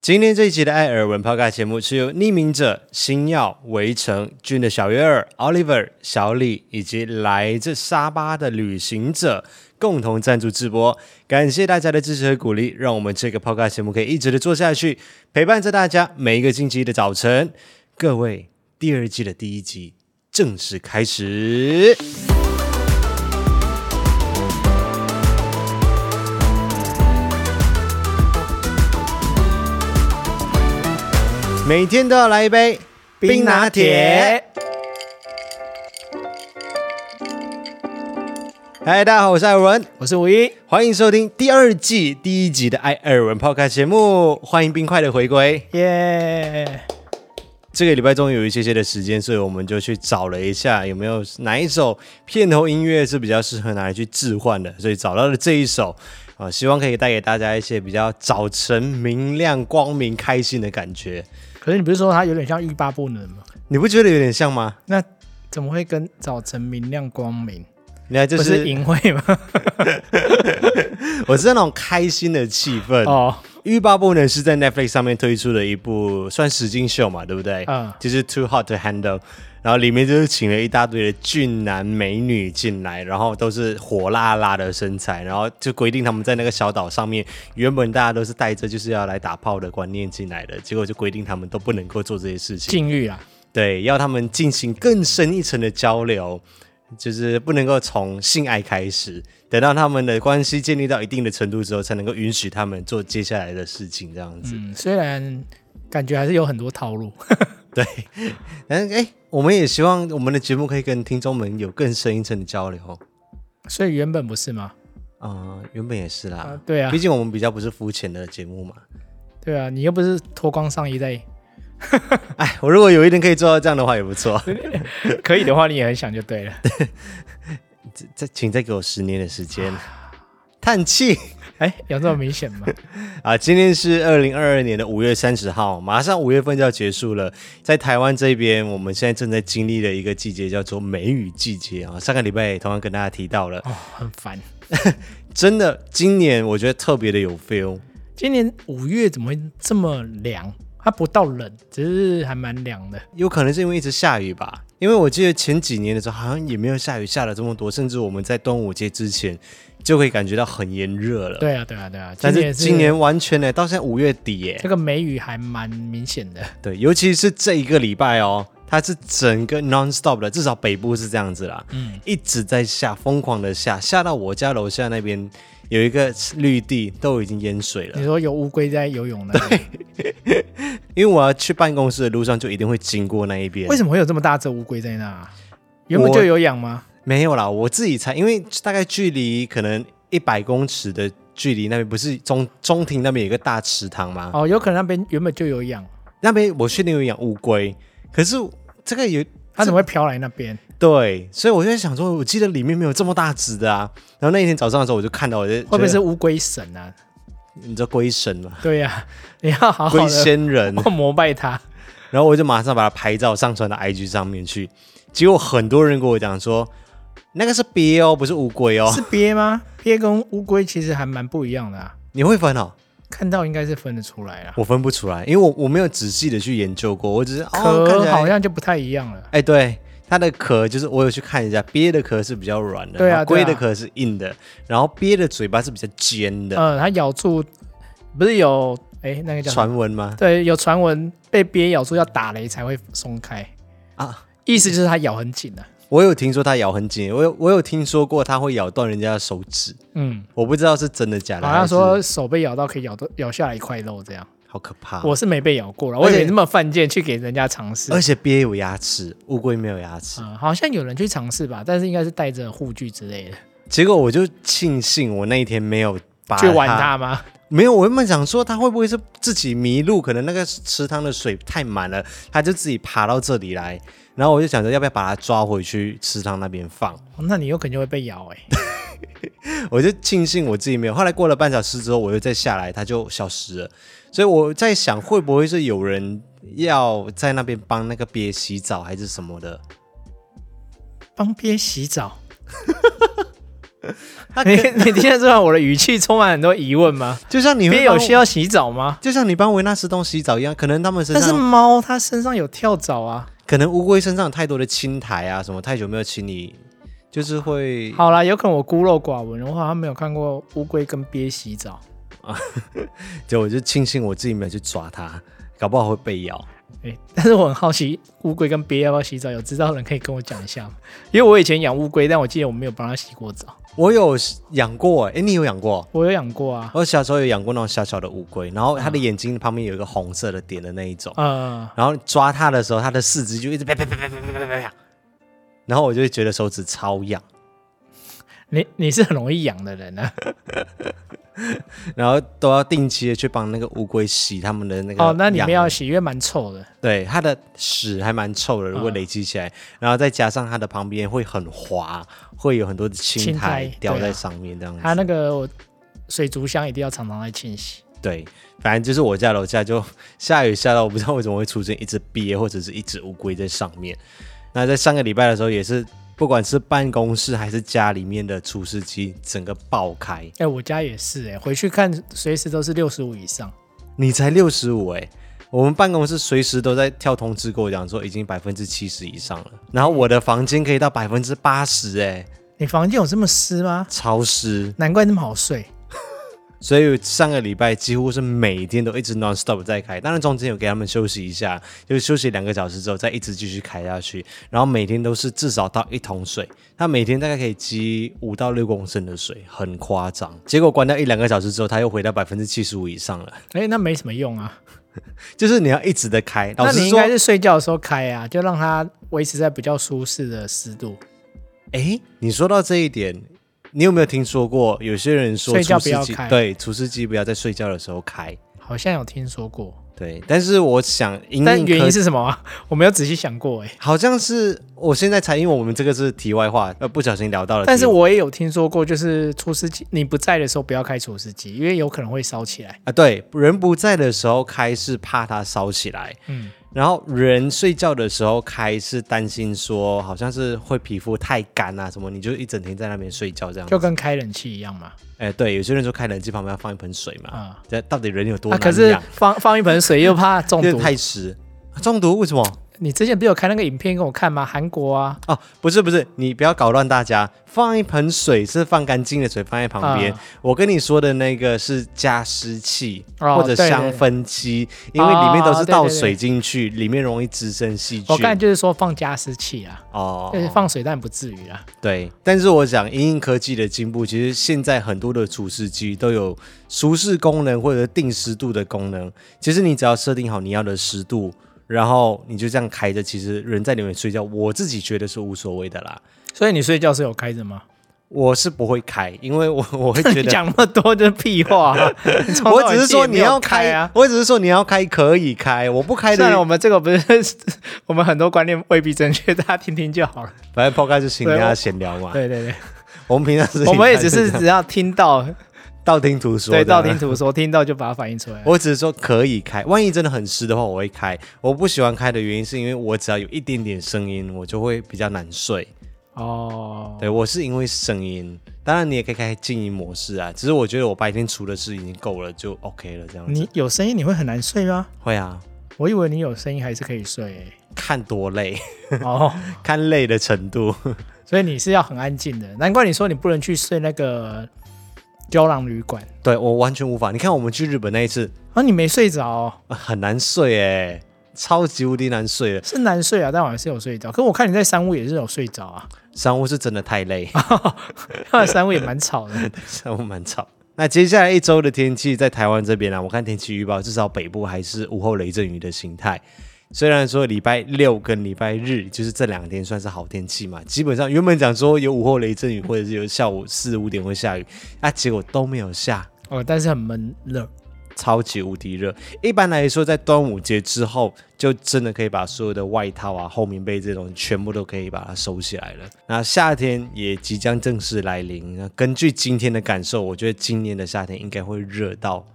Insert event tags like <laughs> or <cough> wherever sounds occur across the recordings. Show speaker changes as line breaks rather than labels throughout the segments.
今天这一集的艾尔文 Podcast 节目是由匿名者星耀、围城、君的小约尔、Oliver、小李以及来自沙巴的旅行者共同赞助直播。感谢大家的支持和鼓励，让我们这个 Podcast 节目可以一直的做下去，陪伴着大家每一个星期的早晨。各位，第二季的第一集正式开始。每天都要来一杯冰拿铁。嗨，大家好，我是艾文，
我是五一。
欢迎收听第二季第一集的《艾尔文 Podcast》节目，欢迎冰块的回归。
耶、
这个礼拜终于有一些些的时间，所以我们就去找了一下有没有哪一首片头音乐是比较适合拿来去置换的，所以找到了这一首啊、希望可以带给大家一些比较早晨明亮、光明、开心的感觉。
可是你不是说它有点像欲罢不能吗？
你不觉得有点像吗？
那怎么会跟早晨明亮光明？
你看，就
不是淫秽吗？
我是那种开心的气氛。
<laughs> 哦，
欲罢不能是在 Netflix 上面推出的一部算实境秀嘛，对不对？
嗯
就是 Too Hot to Handle，然后里面就是请了一大堆的俊男美女进来，然后都是火辣辣的身材，然后就规定他们在那个小岛上面，原本大家都是带着就是要来打炮的观念进来的，结果就规定他们都不能够做这些事情。
禁欲啊，
对，要他们进行更深一层的交流，就是不能够从性爱开始，等到他们的关系建立到一定的程度之后，才能够允许他们做接下来的事情，这样子。
嗯，虽然感觉还是有很多套路， <laughs>
但是，哎，我们也希望我们的节目可以跟听众们有更深一层的交流。哦
所以原本不是吗？
啊、原本也是啦，
啊，对啊
毕，竟我们比较不是肤浅的节目嘛。
对啊，你又不是脱光上衣在，
哎，我如果有一天可以做到这样的话，也不错。
<laughs> 可以的话你也很想就对了。
再再，请再给我十年的时间，叹气。
<laughs> 哎、有这么明显 <laughs> 吗？
啊，今天是二零二二年的五月三十号，马上五月份就要结束了。在台湾这边，我们现在正在经历的一个季节叫做梅雨季节啊。上个礼拜也同样跟大家提到了，
哦，很烦。
真的，今年我觉得特别的有 feel。
今年五月怎么会这么凉？它不到冷，只是还蛮凉的。
有可能是因为一直下雨吧，因为我记得前几年的时候好像也没有下雨下了这么多，甚至我们在端午节之前就可以感觉到很炎热了。
对啊，对啊，对啊。
但
今
是
年
今年完全呢，到现在五月底耶，
这个梅雨还蛮明显的。
对，尤其是这一个礼拜哦，它是整个 non stop 的，至少北部是这样子啦，嗯，一直在下，疯狂的下，下到我家楼下那边有一个绿地都已经淹水了
你。说有乌龟在游泳那里，
因为我要去办公室的路上就一定会经过那一边。
为
么
什么会有这么大只乌龟在那啊？原本就有养吗？
没有啦？我自己猜，因为大概距离可能一百公尺的距离，那边不是中中庭那边有一个大池塘吗？
哦，有可能那边原本就有养，
那边我确定有养乌龟，可是这个有
它怎么会飘来那边？
对，所以我就在想说，我记得里面没有这么大只的啊。然后那一天早上的时候，我就看到，我就觉得
会不会是乌龟神
<laughs>
啊？
你知道龟神吗？
对呀、你要好好
龟
的 <laughs>
仙人。
膜拜它。
然后我就马上把它拍照上传到 IG 上面去。结果很多人跟我讲说，那个是鳖哦，不是乌龟哦。
是鳖吗？鳖跟乌龟其实还蛮不一样的啊，
你会分哦？
看到应该是分得出来啦。
我分不出来，因为我我没有仔细的去研究过，我只是哦看起
壳好
来，
像就不太一样了。
哎对。它的壳就是我有去看一下，鳖的壳是比较软的，
对啊
然后龟
对
的
啊
壳是硬的，然后鳖的嘴巴是比较尖的。
嗯，它咬住不是有哎那个叫什么
传闻吗？
对，有传闻被鳖咬住要打雷才会松开
啊，
意思就是它咬很紧啊。
我有听说它咬很紧，我有我有听说过它会咬断人家的手指，
嗯，
我不知道是真的假的。
好像
还
说
是
手被咬到可以咬到咬下来一块肉这样。
好可怕，
我是没被咬过了，
而且
我也没那么犯贱去给人家尝试。
而且鳖有牙齿，乌龟没有牙齿。
嗯，好像有人去尝试吧，但是应该是带着护具之类的
结果我就庆幸我那一天没有把
去玩
它，
它吗？
没有。我原本想说它会不会是自己迷路，可能那个池塘的水太满了，它就自己爬到这里来。然后我就想着要不要把它抓回去池塘那边放，
哦那你有可能就会被咬 <laughs> 哎、
我就庆幸我自己没有。后来过了半小时之后，我又再下来，它就消失了。所以我在想，会不会是有人要在那边帮那个鳖洗澡还是什么的？
<laughs> 帮鳖洗澡，
他
你
可
你听得出来我的语气充满很多疑问吗？
就像你
别
会
有
帮
需要洗澡吗？
就像你帮维纳斯东洗澡一样，可能他们身
但是
上，
猫它身上有跳蚤啊。
可能乌龟身上有太多的青苔啊，什么太久没有清理，就是会
好啦，有可能我孤陋寡闻，我好像没有看过乌龟跟鳖洗澡。
就我就庆幸我自己没有去抓它，搞不好会被咬。
哎、但是我很好奇乌龟跟鳖要不要洗澡，有知道的人可以跟我讲一下吗？因为我以前养乌龟，但我记得我没有帮它洗过澡。
我有养过，哎，你有养过？
我有养过啊，
我小时候有养过那种小小的乌龟，然后它
嗯
的眼睛旁边有一个红色的点的那一种，
呃，
然后抓它的时候，它的四肢就一直啪啪啪啪啪啪啪啪啪，然后我就会觉得手指超痒，
你你是很容易养的人啊。
然后都要定期的去帮那个乌龟洗它们的那个
哦，那你
痒
们要洗，因为蛮臭的。
对，它的屎还蛮臭的，如
嗯
果累积起来，然后再加上它的旁边会很滑，会有很多的青
青苔
苔掉
对啊
在上面这样子。
它那个我水族箱一定要常常来清洗。
对，反正就是我家楼下就 <laughs> 下雨下到我不知道为什么会出现一只鳖或者是一只乌龟在上面。那在上个礼拜的时候也是，不管是办公室还是家里面的除湿机，整个爆开。
哎、我家也是哎、回去看随时都是六十五以上。
你才六十五哎，我们办公室随时都在跳通知跟我讲说已经百分之七十以上了，然后我的房间可以到百分之八十哎，
你房间有这么湿吗？
超湿。
难怪那么好睡。
所以上个礼拜几乎是每天都一直 non stop 在开，当然中间有给他们休息一下，就是休息两个小时之后再一直继续开下去，然后每天都是至少到一桶水，他每天大概可以积五到六公升的水，很夸张。结果关掉一两个小时之后，他又回到百分之七十五以上了， <laughs>
哎、那没什么用啊。
就是你要一直的开。老
那
实
你应
说，
该
哎
是睡觉的时候开啊，就让它维持在比较舒适的湿度。、
你说到这一点。你有没有听说过有些人说
睡觉
除
不
湿
要
机
开
对除湿机不要在睡觉的时候开？
好像有听说过，
对，但是我想，因
但
应
原
科
因是什么啊？ <laughs> 我没有仔细想过哎、
好像是我现在才，因为我们这个是题外话，呃，不小心聊到了题。
但是我也有听说过，就是除湿机你不在的时候不要开除湿机，因为有可能会烧起来。
啊，对，人不在的时候开是怕它烧起来，
嗯，
然后人睡觉的时候开是担心说好像是会皮肤太干啊什么，你就一整天在那边睡觉这样。
就跟开冷气一样嘛。
哎，对，有些人说开冷气旁边要放一盆水嘛，
啊、
这、到底人有多
啊，
难
可是
养？
放放一盆水又怕中
因为
毒。
太湿，中毒为什么？
你之前不是有开那个影片给我看吗？韩国啊，
哦，不是不是，你不要搞乱大家。放一盆水是放干净的水放在旁边，
啊
我跟你说的那个是加湿器、
哦
或者
对对
香
对
氛机，因为里面都
哦
是
对
倒
对对
水进去，里面容易滋生细菌。
我刚才就是说放加湿器啊，
哦，
就是放水但不至于啊啦。
对，但是我想，因应科技的进步，其实现在很多的除湿机都有除湿功能或者定湿度的功能。其实你只要设定好你要的湿度，然后你就这样开着，其实人在里面睡觉，我自己觉得是无所谓的啦。
所以你睡觉是有开着吗？
我是不会开，因为我 <laughs> 我会觉
你
得，
<laughs> 讲那么多就是屁话
<laughs>
啊、你从头到
我
尾
只是说
自己也
你
没有
要
开啊。
我只是说你要开可以开，我不开
算了，我
的，
们这个不是 <laughs> 我们很多观念未必正确，大家听听就好了。
反正抛开就请大
对
家
我
闲聊嘛。
对对对，
我们平常是
我们也只是只要听到，
道听途说，啊
对道听。途说，听到就把它反映出来。
我只是说可以开，万一真的很湿的话，我会开。我不喜欢开的原因是因为我只要有一点点声音，我就会比较难睡。
哦，
对我是因为声音，当然你也可以开静音模式啊。只是我觉得我白天除的事已经够了，就 OK 了这样子。
你有声音你会很难睡吗？
会啊，
我以为你有声音还是可以睡、
看多累， <laughs>
欸。哦，
看累的程度。
所以你是要很安静的，难怪你说你不能去睡那个胶囊旅馆
对我完全无法。你看我们去日本那一次，
啊，你没睡着哦、
啊很难睡哎、超级无敌难睡了。
是难睡啊，但我还是有睡着。可我看你在山屋也是有睡着啊， <laughs>
商务是真的太累，
那山屋也蛮吵的。
<laughs> 商务蛮吵。那接下来一周的天气在台湾这边呢、啊我看天气预报，至少北部还是午后雷阵雨的形态。虽然说礼拜六跟礼拜日就是这两天算是好天气嘛，基本上原本讲说有午后雷阵雨，或者是有下午四五点会下雨，啊，结果都没有下，
哦，但是很闷热。
超级无敌热。一般来说，在端午节之后，就真的可以把所有的外套啊、厚棉被这种全部都可以把它收起来了。那夏天也即将正式来临。那根据今天的感受，我觉得今年的夏天应该会热到，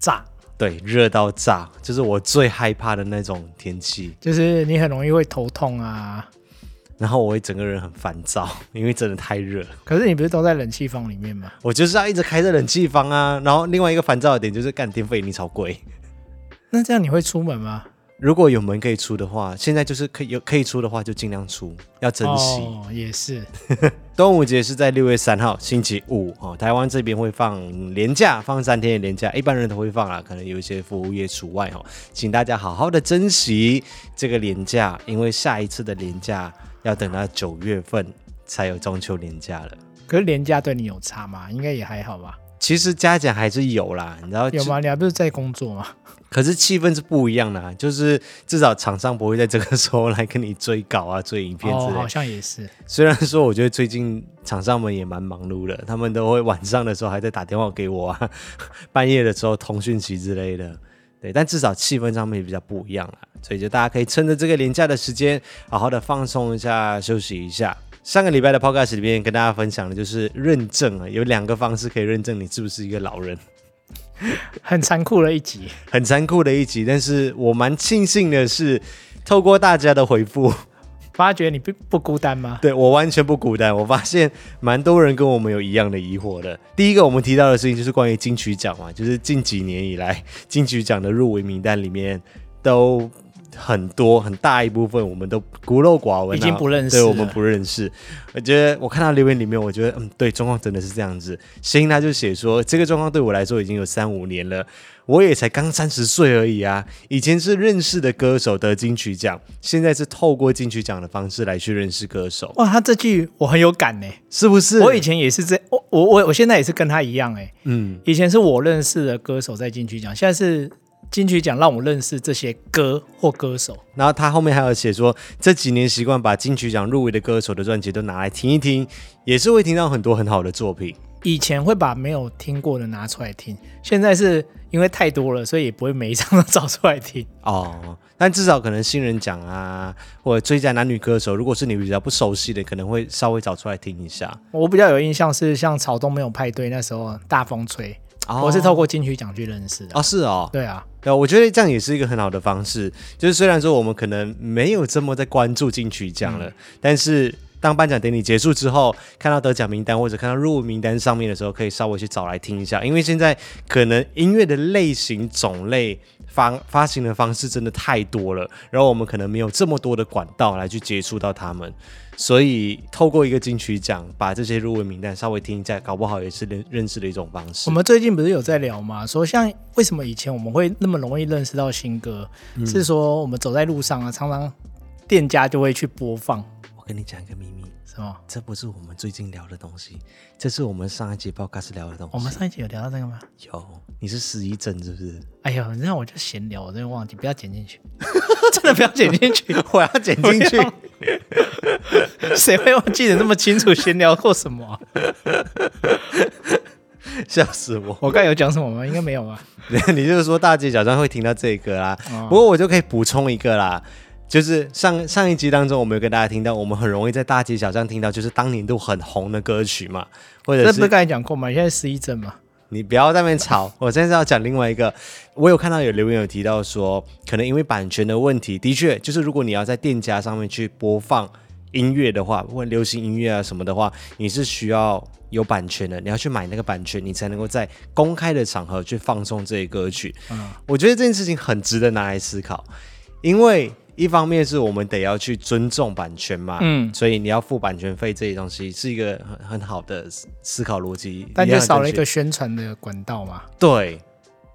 炸，
对，热到炸，就是我最害怕的那种天气。
就是你很容易会头痛啊，
然后我会整个人很烦躁， <laughs> 因为真的太热。
可是你不是都在冷气房里面吗？
我就是要一直开着冷气房啊。然后另外一个烦躁的点就是，干电费一定超贵。
那这样你会出门吗？
如果有门可以出的话，现在就是可以有可以出的话就尽量出，要珍惜。
哦、也是，
端午节是在六月三号星期五哦，台湾这边会放连假，放三天的连假，一般人都会放啦，可能有一些服务业除外哦，请大家好好的珍惜这个连假，因为下一次的连假要等到九月份才有中秋连假了。
可是廉价对你有差吗？应该也还好吧？
其实加减还是有啦，你知道
有？吗？你还不是在工作吗？
可是气氛是不一样的、啊，就是至少厂商不会在这个时候来跟你追稿啊、追影片之
哦，
类的
好。像也是。
虽然说，我觉得最近厂商们也蛮忙碌的，他们都会晚上的时候还在打电话给我啊， <laughs> 半夜的时候通讯息之类的。对，但至少气氛上面比较不一样啦，所以就大家可以趁着这个廉价的时间，好好的放松一下，休息一下。上个礼拜的 podcast 里面跟大家分享的就是认证啊，有两个方式可以认证你是不是一个老人，
很残酷的一集，
很残酷的一集。但是我蛮庆幸的是，透过大家的回复，
发觉你不不孤单吗？
<laughs> 对我完全不孤单，我发现蛮多人跟我们有一样的疑惑的。第一个我们提到的事情就是关于金曲奖嘛，就是近几年以来金曲奖的入围名单里面都很多很大一部分我们都孤陋寡闻啊、
已经不认识
对
了
我们不认识。我觉得我看到留言里面，我觉得嗯，对，状况真的是这样子。星他就写说，这个状况对我来说已经有三五年了，我也才刚三十岁而已啊。以前是认识的歌手得金曲奖，现在是透过金曲奖的方式来去认识歌手，
哇，他这句我很有感呢、
是不是？
我以前也是这，我我我我现在也是跟他一样哎、
嗯，
以前是我认识的歌手在金曲奖，现在是金曲奖让我认识这些歌或歌手。
然后他后面还有写说，这几年习惯把金曲奖入围的歌手的专辑都拿来听一听，也是会听到很多很好的作品。
以前会把没有听过的拿出来听，现在是因为太多了，所以也不会每一张都找出来听。
哦，但至少可能新人奖啊，或者最佳男女歌手，如果是你比较不熟悉的，可能会稍微找出来听一下。
我比较有印象是像草东没有派对那时候大风吹，
哦
我是透过金曲奖去认识的。
哦，是哦，
对啊，
对，我觉得这样也是一个很好的方式。就是虽然说我们可能没有这么在关注金曲奖了，但是当颁奖典礼结束之后，看到得奖名单或者看到入围名单上面的时候，可以稍微去找来听一下，因为现在可能音乐的类型种类。发发行的方式真的太多了，然后我们可能没有这么多的管道来去接触到他们，所以透过一个金曲奖把这些入围名单稍微听一下，搞不好也是认认识的一种方式
我。们最近不是有在聊嘛，说像为什么以前我们会那么容易认识到新歌，
嗯
是说我们走在路上啊，常常店家就会去播放
我跟你讲一个秘密，
什么？
这不是我们最近聊的东西，这是我们上一集 podcast 聊的东西。
我们上一集有聊到这个吗？
有，你是失忆症是不
<laughs>
是？
哎呦，你让我就闲聊，我真的忘记，不要剪
<laughs>
进去，真的不要剪进去，
我要剪进去。
<laughs> 谁会忘记得那么清楚闲聊过什么啊、
笑死我！ <laughs>
我刚才有讲什么吗？应该没有吧？
你就是说大街小巷会听到这个啦，
哦
不过我就可以补充一个啦，就是上上一集当中，我们有跟大家听到，我们很容易在大街小巷听到，就是当年度很红的歌曲嘛，或
这
者
不是
是
刚才讲过吗？现在失忆症嘛，
你不要在那边吵，我现在是要讲另外一个。我有看到有留言有提到说，可能因为版权的问题，的确就是如果你要在店家上面去播放音乐的话，或流行音乐啊什么的话，你是需要有版权的，你要去买那个版权，你才能够在公开的场合去放送这些歌曲。我觉得这件事情很值得拿来思考，因为。一方面是我们得要去尊重版权嘛，嗯，
嗯
所以你要付版权费这些东西是一个很很好的思思考逻辑，
但
也
就
很
少了一
正
个宣传的管道嘛。
确对，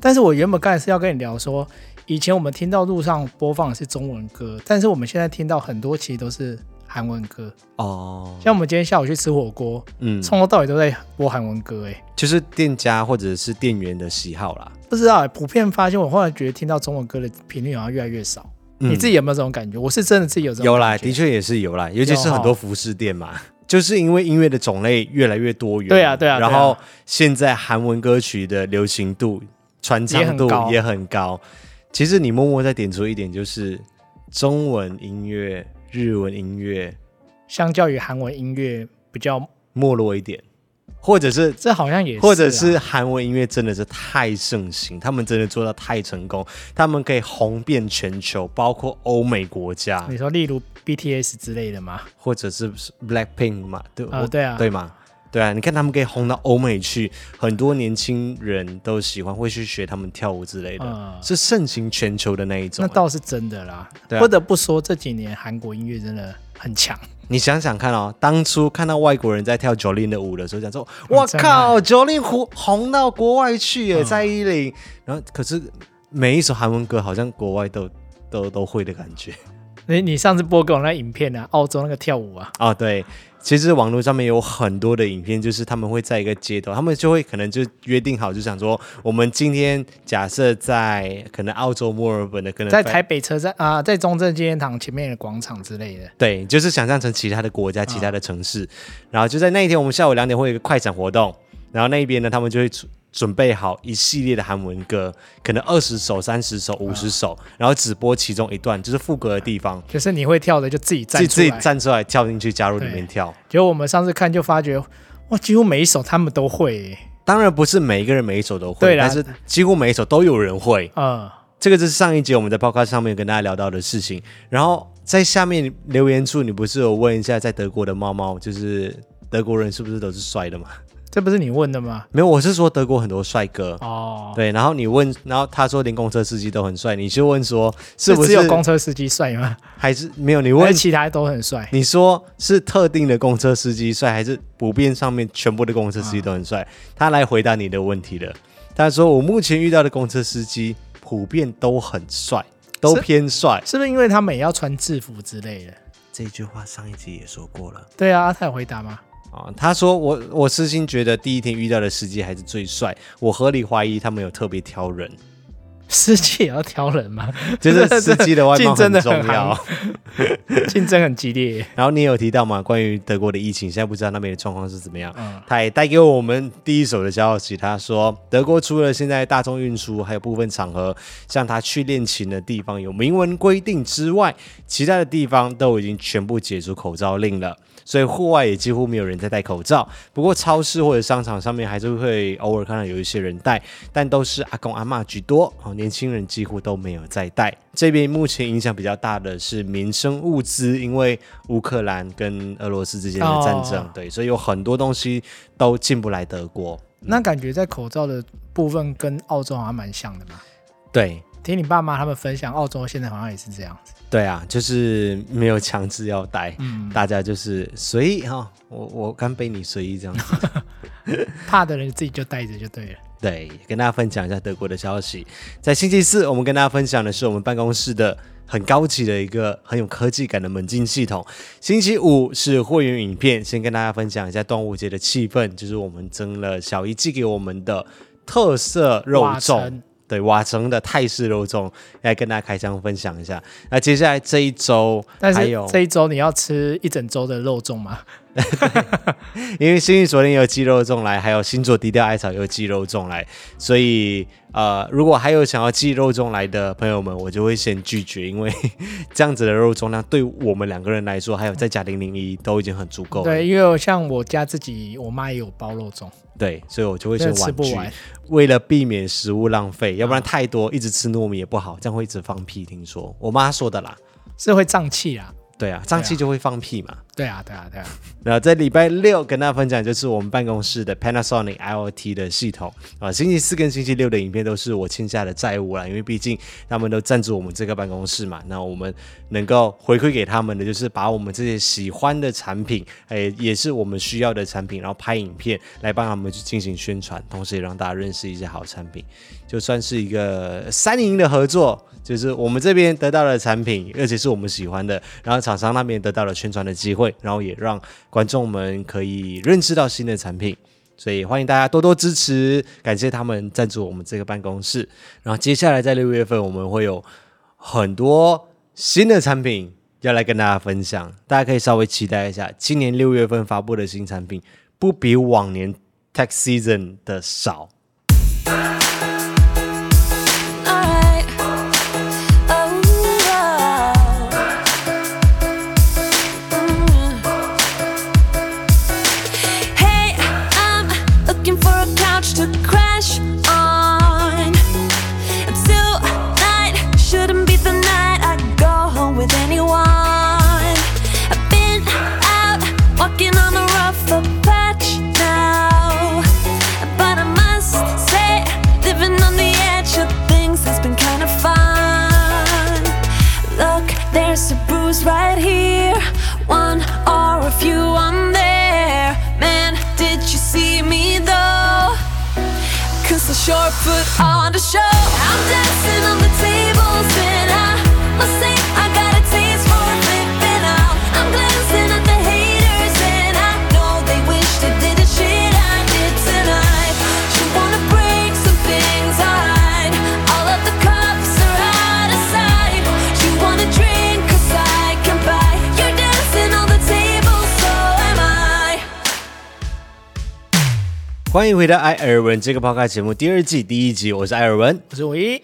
但是我原本刚才是要跟你聊说，以前我们听到路上播放的是中文歌，但是我们现在听到很多其实都是韩文歌。
哦，
像我们今天下午去吃火锅，
嗯，
从头到尾都在播韩文歌、欸，哎，
就是店家或者是店员的喜好啦。
不知道、欸，普遍发现我后来觉得听到中文歌的频率好像越来越少。
嗯
你自己有没有这种感觉？我是真的自己有这种
有啦，
感觉
的确也是有啦，尤其是很多服饰店嘛，就是因为音乐的种类越来越多元，
对啊对啊对啊
然后现在韩文歌曲的流行度、传唱度
也很高
也很高。其实你默默再点出一点，就是中文音乐、日文音乐
相较于韩文音乐比较
没落一点，或者是
这好像也是啊、
或者是韩文音乐真的是太盛行，他们真的做到太成功，他们可以红遍全球，包括欧美国家，
你说例如 BTS 之类的吗？
或者是 Blackpink 嘛，对，
啊
我
对啊
对嘛，对啊，你看他们可以红到欧美去，很多年轻人都喜欢，会去学他们跳舞之类的，
嗯
是盛行全球的那一种
那。倒是真的啦。
对啊
不得不说，这几年韩国音乐真的很强。
你想想看哦，当初看到外国人在跳 Jolin 的舞的时候，想说：“我
真的
靠，Jolin 红红到国外去
嗯
耶，蔡依林。”然后可是每一首韩文歌好像国外都都都会的感觉 <laughs>
你你上次播给我那影片啊，澳洲那个跳舞啊，
啊、对，其实网络上面有很多的影片，就是他们会在一个街头，他们就会可能就约定好，就想说，我们今天假设在可能澳洲墨尔本的，可能
在台北车站啊、在中正纪念堂前面的广场之类的。
对，就是想象成其他的国家、其他的城市。然后就在那一天，我们下午两点会有一个快闪活动，然后那一边呢，他们就会准准备好一系列的韩文歌，可能二十首、三十首、五十首，
啊
然后只播其中一段，就是副歌的地方，
就是你会跳的就自己
自
站
己
出
自己
来。
站出来跳进去加入里面跳。
结果我们上次看就发觉，哇，几乎每一首他们都会耶、
当然不是每一个人每一首都会，
对啦
但是几乎每一首都有人会。
嗯，
这个就是上一节我们在 podcast 上面跟大家聊到的事情。然后在下面留言处，你不是有问一下在德国的猫猫，就是德国人是不是都是帅的吗？
这不是你问的吗？
没有，我是说德国很多帅哥。
哦，
对，然后你问，然后他说连公车司机都很帅，你就问说是不
这
是
只有公车司机帅吗？
还是没有？你
因为
问，
其他都很帅。
你说是特定的公车司机帅，还是普遍上面全部的公车司机都很帅？他来回答你的问题了。他说我目前遇到的公车司机普遍都很帅，都
是
偏帅。
是不是因为他们也要穿制服之类的？
这句话上一集也说过了
对啊，他有回答吗？
啊、他说我我私心觉得第一天遇到的司机还是最帅，我合理怀疑他们有特别挑人。
司机也要挑
<laughs>
人吗？
就是司机的外貌 <laughs>
竞争
很
的
重
很
要
行。竞争很激烈。
然后你也有提到嘛，关于德国的疫情，现在不知道那边的状况是怎么样。
嗯
他也带给我们第一手的消息，他说德国除了现在大众运输，还有部分场合像他去练琴的地方有明文规定之外，其他的地方都已经全部解除口罩令了。所以户外也几乎没有人在戴口罩，不过超市或者商场上面还是会偶尔看到有一些人戴，但都是阿公阿嬷居多，哦，年轻人几乎都没有在戴。这边目前影响比较大的是民生物资，因为乌克兰跟俄罗斯之间的战争，
哦
对，所以有很多东西都进不来德国。
那感觉在口罩的部分跟澳洲好像蛮像的嘛。
对，
听你爸妈他们分享，澳洲现在好像也是这样子。
对啊，就是没有强制要戴，
嗯，
大家就是随意哈、我我干杯你随意这样子。
<laughs> 怕的人自己就带着就对了。
对，跟大家分享一下德国的消息。在星期四，我们跟大家分享的是我们办公室的很高级的一个很有科技感的门禁系统。星期五是会员影片，先跟大家分享一下端午节的气氛，就是我们蒸了小姨寄给我们的特色肉
哇
粽
真。
对，瓦城的泰式肉粽来跟大家开箱分享一下。那接下来这一周，
但
还
是
有
这一周你要吃一整周的肉粽嘛？
因为星宇昨天有鸡肉粽来，还有星座低调艾草也有鸡肉粽来，所以呃，如果还有想要寄肉粽来的朋友们，我就会先拒绝，因为 <laughs> 这样子的肉粽量对我们两个人来说，还有再加零零一都已经很足够了。
对，因为我像我家自己，我妈也有包肉粽，
对所以我就会先
真的吃
婉
不
拒，
完。嗯
为了避免食物浪费，要不然太多一直吃糯米也不好，这样会一直放屁。听说我妈说的啦，
是会胀气啊。
对啊，胀气
对啊
就会放屁嘛。
对啊，对啊，对啊。
然后在礼拜六跟大家分享，就是我们办公室的 Panasonic IoT 的系统啊。星期四跟星期六的影片都是我欠下的债务啦，因为毕竟他们都赞助我们这个办公室嘛。那我们能够回馈给他们的，就是把我们这些喜欢的产品，诶、也是我们需要的产品，然后拍影片来帮他们去进行宣传，同时也让大家认识一些好产品，就算是一个三赢的合作。就是我们这边得到了产品，而且是我们喜欢的，然后厂商那边得到了宣传的机会，然后也让观众们可以认识到新的产品。所以欢迎大家多多支持，感谢他们赞助我们这个办公室。然后接下来在六月份，我们会有很多新的产品要来跟大家分享，大家可以稍微期待一下。今年六月份发布的新产品，不比往年 Tech Season 的少。
Alright, oh Mm. wow. Hey, I'm is right here. One or a few, I'm there. Man, did you see me though? Cause I sure put on the show. I'm dancing on the tables and I must say I got a taste for flipping out. I'm glancing at the haters and I know they wish they did the shit I did tonight. She wanna break some things I hide. All of the cups are out of sight. She wanna drink 'cause I can buy. You're dancing on the tables, so am I.
欢迎回到艾尔文这个 podcast 节目第二季第一集，我是艾尔文。
我是五一，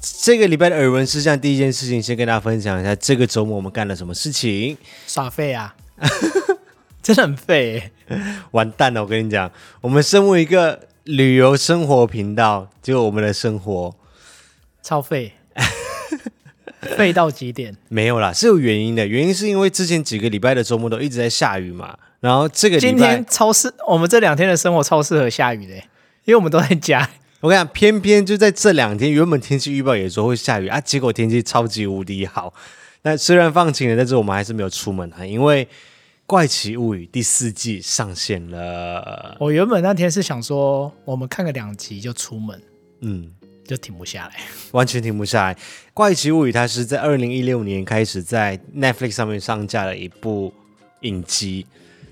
这个礼拜的耳闻事项，第一件事情先跟大家分享一下，这个周末我们干了什么事情。
耍
<laughs>
废啊，真的很废、欸。
完蛋了，我跟你讲，我们身为一个旅游生活频道，结果我们的生活 <laughs>
超废，废到极点。
没有啦，是有原因的。原因是因为之前几个礼拜的周末都一直在下雨嘛，然后这个礼
今
拜
天超适，我们这两天的生活超适合下雨的欸、因为我们都在家。
我跟你讲，偏偏就在这两天，原本天气预报也说会下雨啊，结果天气超级无敌好。那虽然放晴了，但是我们还是没有出门啊，因为《怪奇物语》第四季上线了。
我原本那天是想说，我们看个两集就出门，
嗯，
就停不下来。
完全停不下来。《怪奇物语》它是在二零一六年开始在 Netflix 上面上架的一部影集。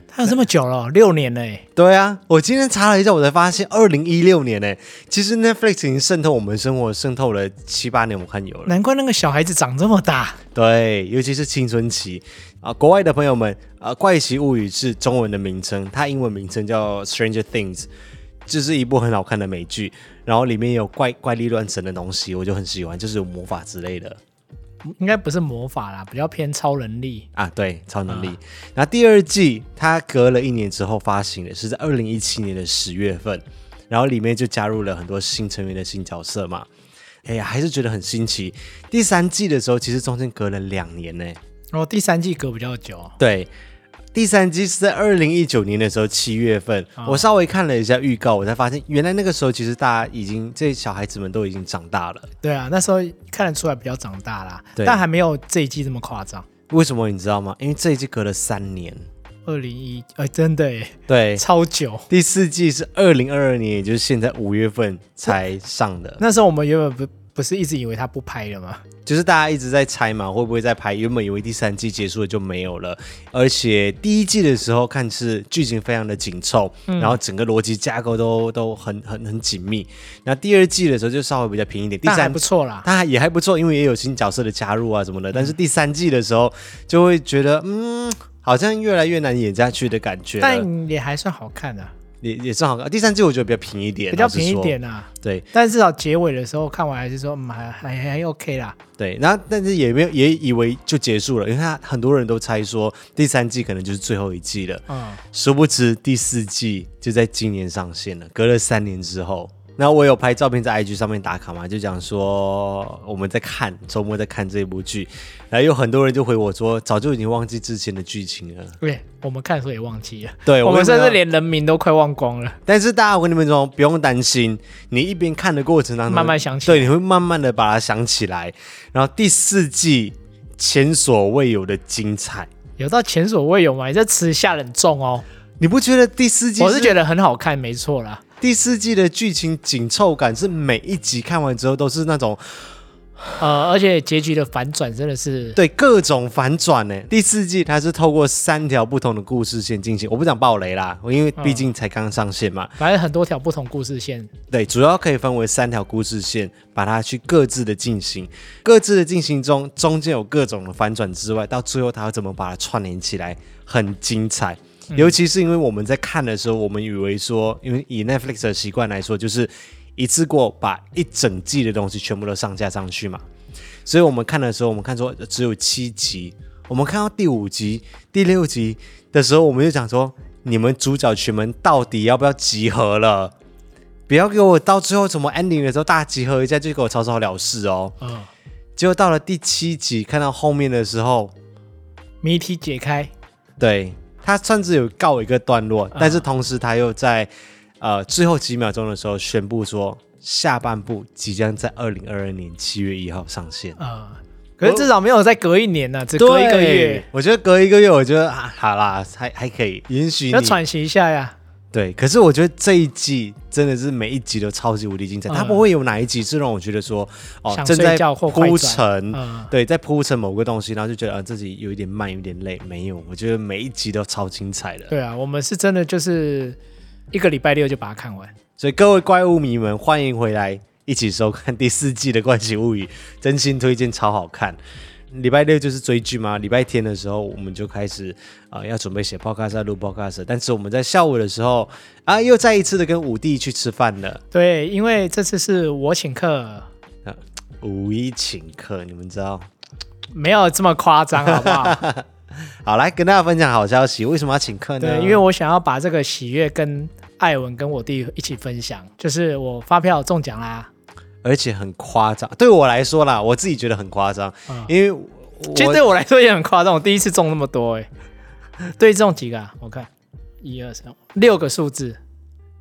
他有这么久了哦，六年了欸、
对啊，我今天查了一下，我才发现二零一六年呢、其实 Netflix 已经渗透我们生活，渗透了七八年，我看有了。
难怪那个小孩子长这么大。
对，尤其是青春期啊、国外的朋友们啊，怪奇物语》是中文的名称，它英文名称叫《Stranger Things》，就是一部很好看的美剧，然后里面有怪怪力乱神的东西，我就很喜欢，就是有魔法之类的。
应该不是魔法啦，比较偏超能力。
啊，对，超能力。那第二季它隔了一年之后发行的，是在二零一七年的十月份，然后里面就加入了很多新成员的新角色嘛。哎呀，还是觉得很新奇。第三季的时候，其实中间隔了两年呢、
然后第三季隔比较久，
对，第三季是在二零一九年的时候七月份，我稍微看了一下预告，我才发现原来那个时候其实大家已经这些小孩子们都已经长大了。
对啊，那时候看得出来比较长大啦，
对
但还没有这一季这么夸张。
为什么你知道吗？因为这一季隔了三年。
二零一，呃，真的耶，
对，
超久。
第四季是二零二二年，也就是现在五月份才上的。
那时候我们原本不不是一直以为他不拍了吗？
就是大家一直在猜嘛，会不会再拍？原本以为第三季结束了就没有了，而且第一季的时候看是剧情非常的紧凑，
嗯
然后整个逻辑架构都都很很很紧密。那第二季的时候就稍微比较平一点，第
但还
三
不错啦。
它也还不错，因为也有新角色的加入啊什么的。但
嗯
是第三季的时候就会觉得，嗯，好像越来越难演下去的感觉了。
但也还算好看的、
也也正好看，第三季我觉得比较平一点，
比较
老实
平一
说
点。啊。
对，
但至少结尾的时候看完还是说，嗯，还还还 OK 啦。
对，然后但是也没有也以为就结束了，因为他很多人都猜说第三季可能就是最后一季了，
嗯，
殊不知第四季就在今年上线了，隔了三年之后。那我有拍照片在 IG 上面打卡嘛，就讲说我们在看周末在看这部剧，然后有很多人就回我说早就已经忘记之前的剧情了。
对，我们看的时候也忘记了。
对
我
我
们
也不知
甚
道
至连人名都快忘光了。
但是大家我跟你们说不用担心，你一边看的过程当中
慢慢想起来
对，你会慢慢的把它想起来。然后第四季前所未有的精彩。
有到前所未有吗？你这词下得很重哦。
你不觉得第四季？
我是觉得很好看，没错啦。
第四季的剧情紧凑感是每一集看完之后都是那种
呃，而且结局的反转真的是，
对各种反转呢。第四季它是透过三条不同的故事线进行，我不想爆雷啦，因
嗯
为毕竟才刚上线嘛。
反正很多条不同故事线，
对，主要可以分为三条故事线，把它去各自的进行，各自的进行中，中间有各种的反转之外，到最后它要怎么把它串联起来，很精彩。尤其是因为我们在看的时候，我们以为说，因为以 Netflix 的习惯来说，就是一次过把一整季的东西全部都上架上去嘛，所以我们看的时候，我们看说只有七集，我们看到第五集、第六集的时候，我们就想说，你们主角群们到底要不要集合了？不要给我到最后什么 ending 的时候大集合一下就给我草草了事哦。
嗯，
结果到了第七集，看到后面的时候，
谜题解开，
对他算是有告一个段落，但是同时他又在呃最后几秒钟的时候宣布说，下半部即将在二零二二年七月一号上线。
呃，可是至少没有再隔一年呢、啊只隔一个月，
我觉得隔一个月，我觉得啊，好啦，还还可以允许
要
你。
喘息一下呀。
对，可是我觉得这一季真的是每一集都超级无敌精彩，
嗯
它不会有哪一集是让我觉得说哦
想
正在
睡觉或快
铺
转
陈，
嗯
对，在铺陈某个东西，然后就觉得啊、呃自己有一点慢，有点累。没有，我觉得每一集都超精彩的。
对啊，我们是真的就是一个礼拜六就把它看完。
所以各位怪物迷们，欢迎回来一起收看第四季的《怪奇物语》，真心推荐，超好看。礼拜六就是追剧嘛，礼拜天的时候我们就开始啊、呃要准备写 podcast 啊录 podcast，但是我们在下午的时候啊又再一次的跟五弟去吃饭了，
对，因为这次是我请客，
五一请客，你们知道？
没有这么夸张， <laughs> 好不好？
好，来跟大家分享好消息，为什么要请客呢？
对，因为我想要把这个喜悦跟艾文跟我弟一起分享，就是我发票中奖啦。
而且很夸张，对我来说啦，我自己觉得很夸张，
嗯
因为我
其实对我来说也很夸张，我第一次中那么多 <laughs> 哎、对，中几个、啊？我看一二三六个数字，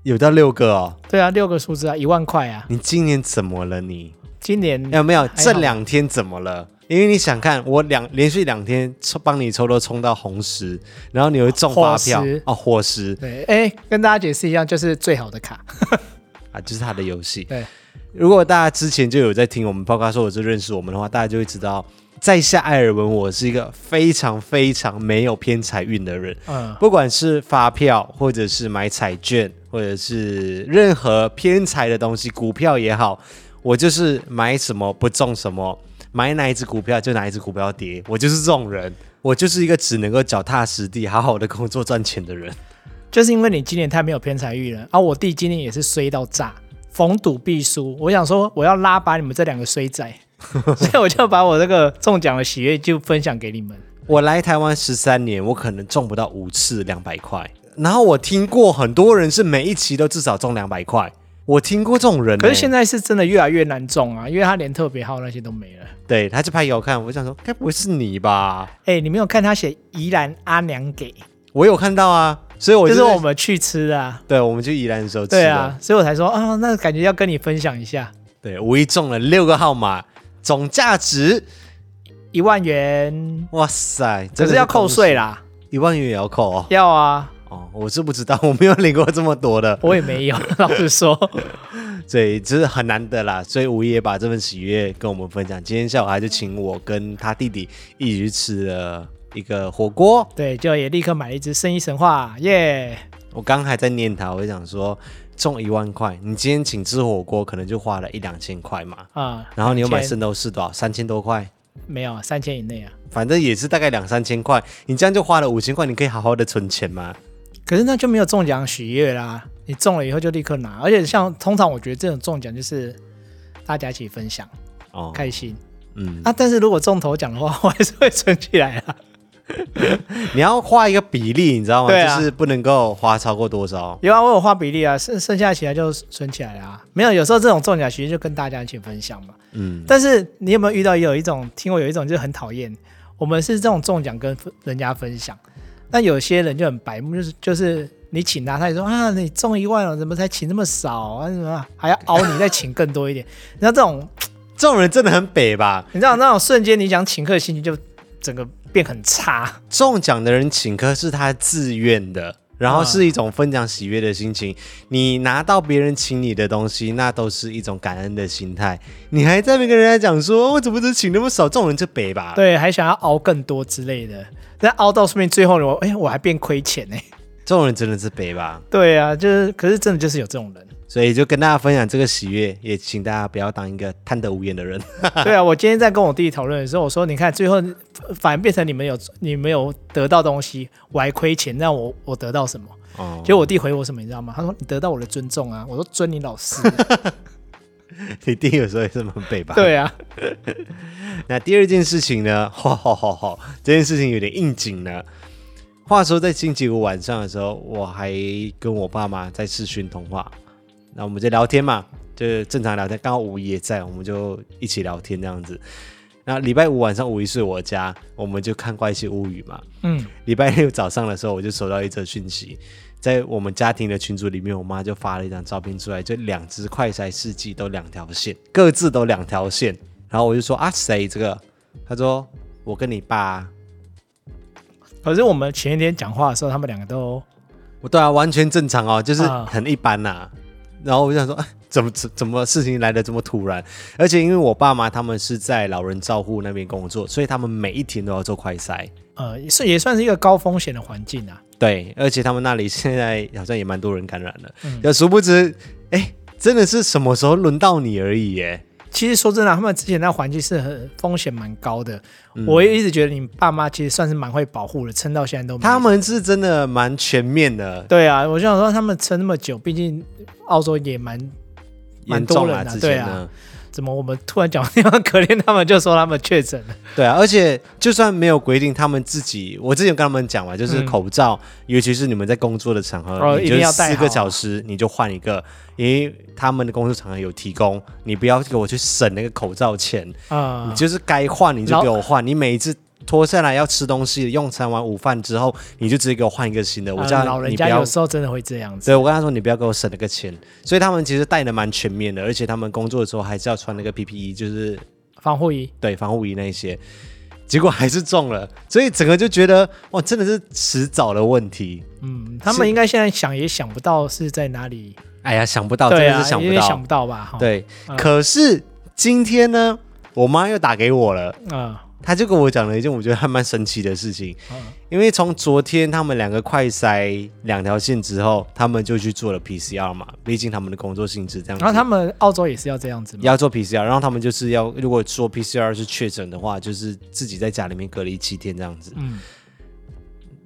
有到六个哦，
对啊，六个数字啊，一万块啊。
你今年怎么了你？
今年
有没有
还好
这两天怎么了？因为你想看我两连续两天抽帮你抽都冲到红十，然后你会中发票
火石
哦，火石
对，哎、跟大家解释一下，就是最好的卡。
啊，就是他的游戏。
对，
如果大家之前就有在听我们报告说我是认识我们的话，大家就会知道，在下艾尔文我是一个非常非常没有偏财运的人，
嗯，
不管是发票，或者是买彩券，或者是任何偏财的东西，股票也好，我就是买什么不中什么，买哪一只股票就哪一只股票跌，我就是这种人，我就是一个只能够脚踏实地、好好的工作赚钱的人。
就是因为你今年太没有偏财运了，啊，我弟今年也是衰到炸，逢赌必输。我想说，我要拉拔你们这两个衰仔， <laughs> 所以我就把我这个中奖的喜悦就分享给你们。
我来台湾十三年，我可能中不到五次两百块，然后我听过很多人是每一期都至少中两百块，我听过这种人、欸
可是现
在
在是真的越来越难中啊，因为他连特别号那些都没了。
对他就拍给我看，我想说该不会是你吧？
哎、你没有看他写宜兰阿娘给，
我有看到啊，所以我
就
就是
我们去吃的啊。
对，我们去宜兰的时候吃的。
对啊，所以我才说啊，那感觉要跟你分享一下，
对，无意中了六个号码，总价值，
一万元，
哇塞，
可
真的
是要扣税
了，
啦，
一万元也要扣哦。
要啊，
哦，我是不知道，我没有领过这么多的，
我也没有， <laughs> 老实说。
所以这是很难得啦。所以吴也把这份喜悦跟我们分享。今天下午他就请我跟他弟弟一起去吃了一个火锅。
对，就也立刻买了一只《圣衣神话》耶、
我刚还在念他，我就想说，中一万块，你今天请吃火锅可能就花了一两千块嘛。
啊！
然后你又买
3000
圣斗士多少？三千多块。
没有三千以内啊？
反正也是大概两三千块，你这样就花了五千块，你可以好好的存钱吗？
可是那就没有中奖喜悦啦，你中了以后就立刻拿，而且像通常我觉得这种中奖就是大家一起分享，
哦，
开心
嗯，
啊。但是如果中头奖的话，我还是会存起来啊啦。
你要画一个比例，你知道吗？
对啊
就是不能够花超过多少。
有啊，我有画比例啊，剩剩下的起来就存起来啦。没有，有时候这种中奖喜悦就跟大家一起分享嘛。
嗯，
但是你有没有遇到有一种，听我有一种就是很讨厌，我们是这种中奖跟分人家分享，那有些人就很白目，就是就是你请他，他也说啊你中一万了，怎么才请那么少啊？什么啊还要熬你再请更多一点？ <laughs> 你知道这种，
这种人真的很北吧？
你知道那种瞬间你想请客的心情就整个变很差。
中奖的人请客是他自愿的，然后是一种分享喜悦的心情。你拿到别人请你的东西，那都是一种感恩的心态。你还在那边跟人家讲说，哦我怎么只请那么少？这种人就北吧？，
对，还想要熬更多之类的，但熬到说明最后我哎、我还变亏钱呢、
这种人真的是北吧？
对啊，就是可是真的就是有这种 <laughs> 人。
所以就跟大家分享这个喜悦，也请大家不要当一个贪得无厌的人。
对啊，我今天在跟我弟弟讨论的时候，我说你看最后反而变成你们有你们有得到东西，我还亏钱，那我我得到什么？
哦， <laughs>
结果我弟回我什么，你知道吗？他说你得到我的尊重啊。我说尊你老师。
你弟有时候也是蛮北吧？
<laughs> 对啊，
<laughs> 那第二件事情呢？ <laughs> 吼吼吼吼，这件事情有点应景呢。话说在星期五晚上的时候，我还跟我爸妈在视讯通话，那我们就聊天嘛，就是正常聊天。刚好五一也在，我们就一起聊天这样子。那礼拜五晚上五一睡我家，我们就看《怪奇物语》嘛。
嗯，
礼拜六早上的时候，我就收到一则讯息，在我们家庭的群组里面，我妈就发了一张照片出来，就两只快筛试剂都两条线，各自都两条线。然后我就说啊，谁这个？他说我跟你爸，
<laughs> 可是我们前一天讲话的时候，他们两个都
我对啊，完全正常哦，就是
啊
很一般呐、然后我就想说，哎怎么怎怎么事情来的这么突然？而且因为我爸妈他们是在老人照护那边工作，所以他们每一天都要做快筛。
呃，也是也算是一个高风险的环境啊。
对，而且他们那里现在好像也蛮多人感染了，就殊不知，哎，真的是什么时候轮到你而已耶。
其实说真的啊，他们之前那环境是很风险蛮高的。我也一直觉得你爸妈其实算是蛮会保护的，撑到现在都没
嗯他们是真的蛮全面的，
对啊，我就想说他们撑那么久，毕竟澳洲也蛮蛮
严重
多人
啊，
啊
之
对
前
啊
呢，
怎么我们突然讲那么可怜，他们就说他们确诊了。
对啊，而且就算没有规定，他们自己，我之前有跟他们讲嘛，就是
嗯
口罩，尤其是你们在工作的场合，
哦
你
一
就
定要戴
四
好
个小时你就换一个，因为他们的工作场合有提供，你不要给我去省那个口罩钱，
啊、
你就是该换你就
老
给我换，你每一次。脱下来要吃东西，用餐完午饭之后，你就直接给我换一个新的。我
呃
叫
老人
你不
家
要
有时候真的会这样子。
所以我跟他说你不要给我省那个钱，所以他们其实带的蛮全面的，而且他们工作的时候还是要穿那个 PPE，就是
防护衣，
对防护衣那一些，结果还是中了，所以整个就觉得哇，真的是迟早的问题。
嗯，他
是
们应该现在想也想不到是在哪里。
哎呀，想不到，真
对
的
啊，
是想
因
不
为
到，
想不到吧？哈，，
对。
嗯
可是今天呢，我妈又打给我了，
嗯
她就跟我讲了一件我觉得还蛮神奇的事情，
嗯
因为从昨天他们两个快筛两条线之后，他们就去做了 PCR 嘛，毕竟他们的工作性质这样子。
然后他们澳洲也是要这样子嘛。
要做 PCR，然后他们就是要如果说 PCR 是确诊的话，就是自己在家里面隔离七天这样子。
嗯，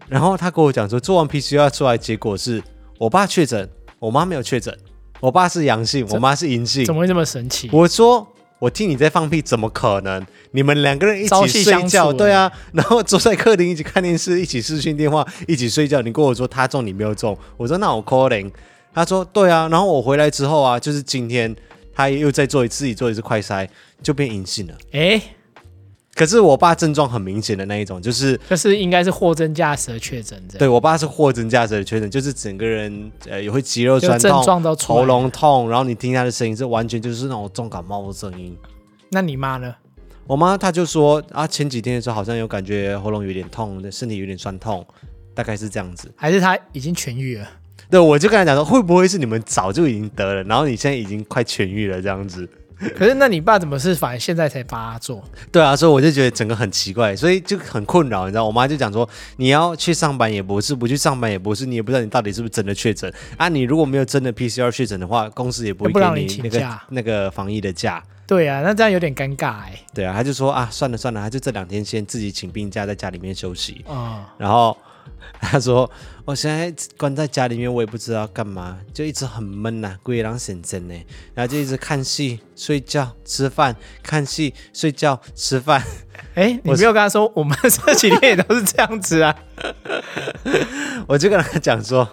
然后他跟我讲说，做完 PCR 出来结果是我爸确诊，我妈没有确诊，我爸是阳性，我妈是阴性
怎。么会这么神奇？
我说。我听你在放屁，怎么可能？你们两个人一
朝
起
夕
睡
相
觉，
处
对啊， <laughs> 然后坐在客厅一起看电视，一起视讯电话，一起睡觉。你跟我说他中，你没有中，我说那我 calling。他说对啊，然后我回来之后啊，就是今天他又再做一次，自己做一次快筛，就变阴性了。
哎，
可是我爸症状很明显的那一种，就是
就是应该是货真价实的确诊这样。
对我爸是货真价实的确诊，就是整个人呃也会肌肉酸
就症状
痛
都、出来
喉咙痛，然后你听他的声音是完全就是那种重感冒的声音。
那你妈呢？
我妈她就说啊，前几天的时候好像有感觉喉咙有点痛，身体有点酸痛，大概是这样子。
还是她已经痊愈了？
对，我就跟她讲说，会不会是你们早就已经得了，然后你现在已经快痊愈了这样子？
可是那你爸怎么是反而现在才发作？
对啊，所以我就觉得整个很奇怪，所以就很困扰，你知道？我妈就讲说，你要去上班也不是，不去上班也不是，你也不知道你到底是不是真的确诊啊。你如果没有真的 PCR 确诊的话，公司也不会
也不让
给
你请
那个
假
那个防疫的假。
对啊，那这样有点尴尬哎、
对啊，她就说啊，算了算了，她就这两天先自己请病假，在家里面休息。
啊、
然后她说，我现在关在家里面，我也不知道干嘛，就一直很闷呐、故意让神针呢，然后就一直看戏、睡觉、吃饭，看戏、睡觉、吃饭。
哎、你没有跟他说，我们这几天也都是这样子
<laughs>
啊。
我就跟他讲说，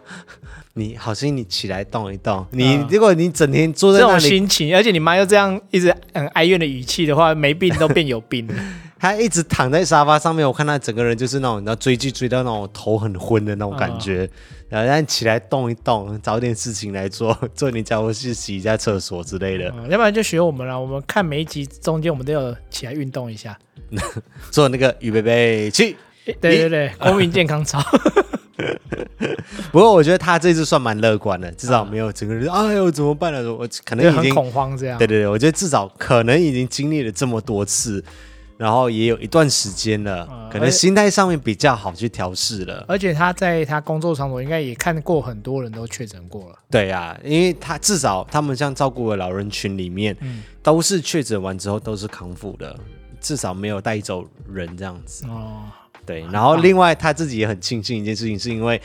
你好心你起来动一动，你、
嗯
如果你整天坐
这
在那
种
里，
心情，而且你妈又这样一直很哀怨的语气的话，没病都变有
<laughs>
病了。
他一直躺在沙发上面，我看他整个人就是那种你知道追剧追到那种头很昏的那种感觉，
啊
然后让你起来动一动，找点事情来做，做你家务事，洗一下厕所之类的，
嗯要不然就学我们了。我们看每一集中间，我们都有起来运动一下。
做那个预备备去。
诶对对对，公民健
<laughs>
康操。
不过我觉得他这次算蛮乐观的，至少没有整个人、哎呦怎么办了，我可能
就
已
嗯很
经
恐慌这样。
对对对，我觉得至少可能已经经历了这么多次，然后也有一段时间了，
嗯
可能心态上面比较好去调试了。
而且他在他工作场所应该也看过很多人都确诊过了，
对啊，因为他至少他们像照顾的老人群里面，
嗯
都是确诊完之后都是康复的，至少没有带走人这样子。
哦，
对，然后另外他自己也很庆幸一件事情，是因为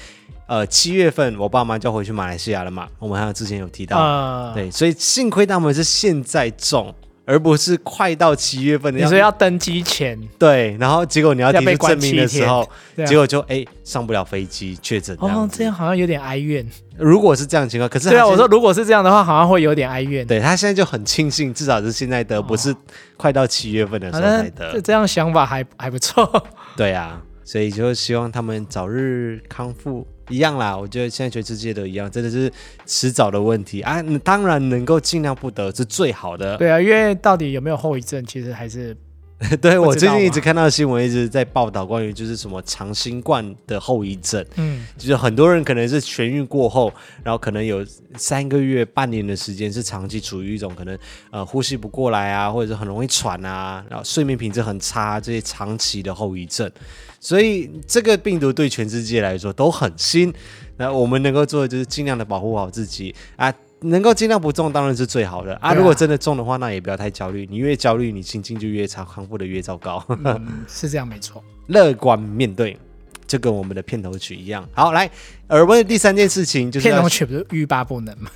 呃七月份我爸妈就回去马来西亚了嘛，我们好像之前有提到，
呃，
对，所以幸亏他们是现在中，而不是快到七月份的
你
样
说
子。
要登机前，
对，然后结果你要
要
提
被
出
关
证明的
七
时候，
对啊
结果就哎上不了飞机，确诊这样
哦，
子。
这样好像有点哀怨。
如果啊是这样的情况，可是
对啊，
他
我
现
说
在
如果是这样的话，好像会有点哀怨。
对他现在就很庆幸，至少是现在得，不是快到七月份的时
哦好
候才
像
得。
这这样想法还还不错。
<laughs> 对啊，所以就希望他们早日康复。一样啦，我觉得现在全世界都一样，真的是迟早的问题啊。当然能够尽量不得是最好的。
对啊，因为到底有没有后遗症，其实还是
<laughs> 对我
知
最
道
近一
吗
直看到新闻，一直在报道关于就是什么长新冠的后遗症，
嗯，
就是很多人可能是痊愈过后，然后可能有三个月、半年的时间是长期处于一种可能呃呼吸不过来啊，或者是很容易喘啊，然后睡眠品质很差这些长期的后遗症。所以这个病毒对全世界来说都很新，那我们能够做的就是尽量的保护好自己啊。能够尽量不中当然是最好的啊！
对啊
如果真的中的话，那也不要太焦虑。你越焦虑，你心情就越差，康复的越糟糕。 <laughs>
嗯是这样没错。
乐观面对，就跟我们的片头曲一样。好，来，耳温的第三件事情 <laughs> 就是
片
要
头曲不是欲罢不能嘛？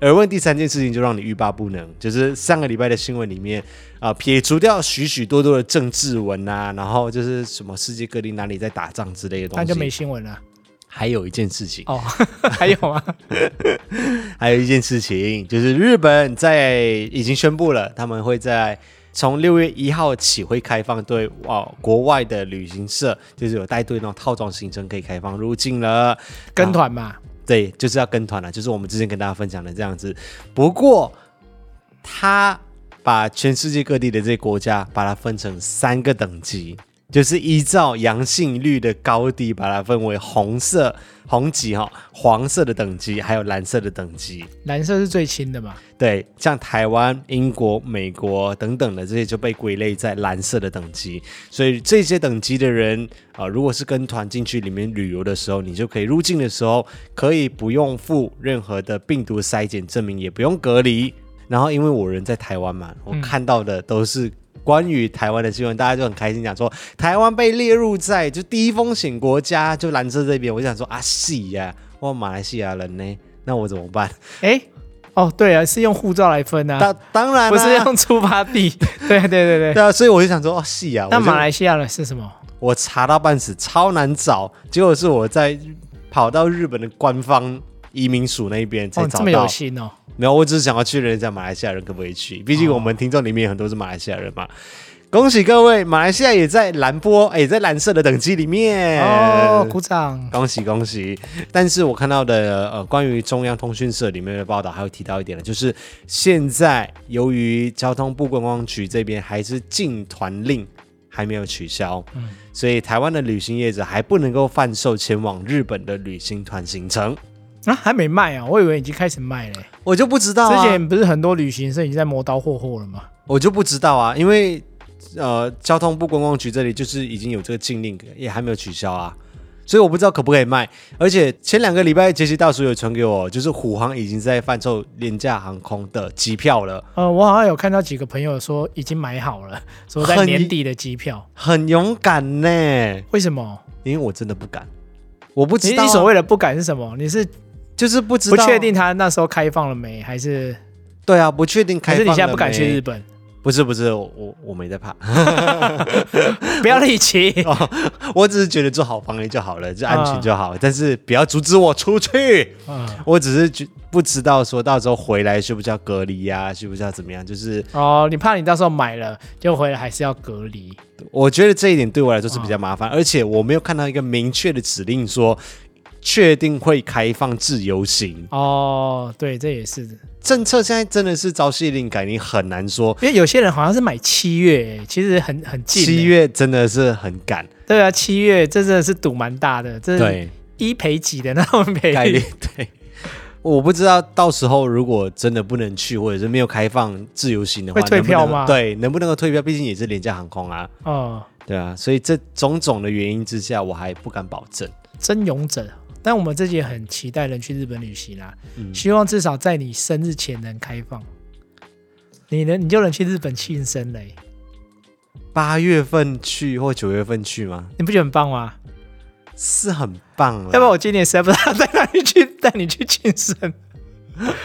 耳温第三件事情就让你欲罢不能，就是上个礼拜的新闻里面啊、撇除掉许许多多的政治文啊，然后就是什么世界各地哪里在打仗之类的东
<laughs> 那
西，
就没新闻了。
还有一件事情，
哦， <laughs> 还有吗？
还有一件事情就是日本在已经宣布了，他们会在。从六月一号起会开放对哦国外的旅行社，就是有带队那种套装行程可以开放入境了。
<laughs> 跟团嘛，
对，就是要跟团了，就是我们之前跟大家分享的这样子。不过，他把全世界各地的这些国家，把它分成三个等级，就是依照阳性率的高低，把它分为红色红级哈、黄色的等级，还有蓝色的等级。
蓝色是最轻的嘛？
对，像台湾、英国、美国等等的这些就被归类在蓝色的等级，所以这些等级的人啊、呃如果是跟团进去里面旅游的时候，你就可以入境的时候可以不用付任何的病毒筛检证明，也不用隔离。然后因为我人在台湾嘛，
嗯
我看到的都是。关于台湾的新闻，大家就很开心，讲说台湾被列入在就低风险国家，就蓝色这边。我就想说啊，是呀、我马来西亚人呢，那我怎么办？
哎，哦，对啊，是用护照来分啊，
当、当然、啊、
不是用出发地。 <laughs> 对对对
对
对。
啊，所以我就想说，哦，是啊，
那
我就
马来西亚人是什么？
我查到半死，超难找，结果是我在跑到日本的官方移民署那边才
哦，
找
这么
到。
有心哦。
没有，我只是想要确认一下马来西亚人可不可以去，毕竟我们听众里面有很多是马来西亚人嘛。恭喜各位，马来西亚也在蓝波，哎也在蓝色的等级里面。呃
哦，鼓掌。
恭喜恭喜！但是我看到的呃，关于中央通讯社里面的报道，还有提到一点呢，就是现在由于交通部观光局这边还是禁团令还没有取消，
嗯
所以台湾的旅行业者还不能够贩售前往日本的旅行团行程。
啊，还没卖啊，我以为已经开始卖了欸。
我就不知道、啊，
之前不是很多旅行社已经在磨刀霍霍了吗？
我就不知道啊，因为呃，交通部观光局这里就是已经有这个禁令，也还没有取消啊，所以我不知道可不可以卖。而且前两个礼拜，杰西大叔有传给我，就是虎航已经在贩售廉价航空的机票了，
呃，我好像有看到几个朋友说已经买好了，说在
很
年底的机票。
很勇敢呢，
为什么？
因为我真的不敢，我不
你
知道啊、
你所谓的不敢是什么？你是
就是不知
不
道，啊
确定他那时候开放了没，还是
对啊，不确定开
还
放了
是你
没
现在不敢去日？本？
不是不是，我我我没在怕， <laughs>
<laughs> 不要力气
我只是觉得做好防疫就好了，就安
啊
全就好，但是不要阻止我出去。
嗯
<laughs> 我只是觉不知道说到时候回来需不需要隔离呀、需不需要怎么样？就是
<laughs> 哦，你怕你到时候买了就回来还是要隔离，
我觉得这一点对我来说是比较麻烦，而且我没有看到一个明确的指令说确定会开放自由行
哦，对，这也是，因
政策。现在真的是朝夕令改，你很难说。
为有些人好像是买七月，其实很很近，
七，月真的是很赶，
对啊，七月这真的是赌蛮大的，这是
对
一赔几的那种赔
概率
率，
对。我不知道到时候如果真的不能去，或者是没有开放自由行的话，
会退票
能不能
吗
对，能不能够退票？毕竟也是廉价航空啊，
<laughs> 哦，
对啊，所以这种种的原因之下，我还不敢保证。
真勇者。但我们自己也很期待能去日本旅行啦、
嗯
希望至少在你生日前能开放，你能你就能去日本庆生嘞、
八月份去或九月份去吗？
你不觉得很棒吗？
是很棒了。
要不然我今年实在不知道带哪里去带你去庆生。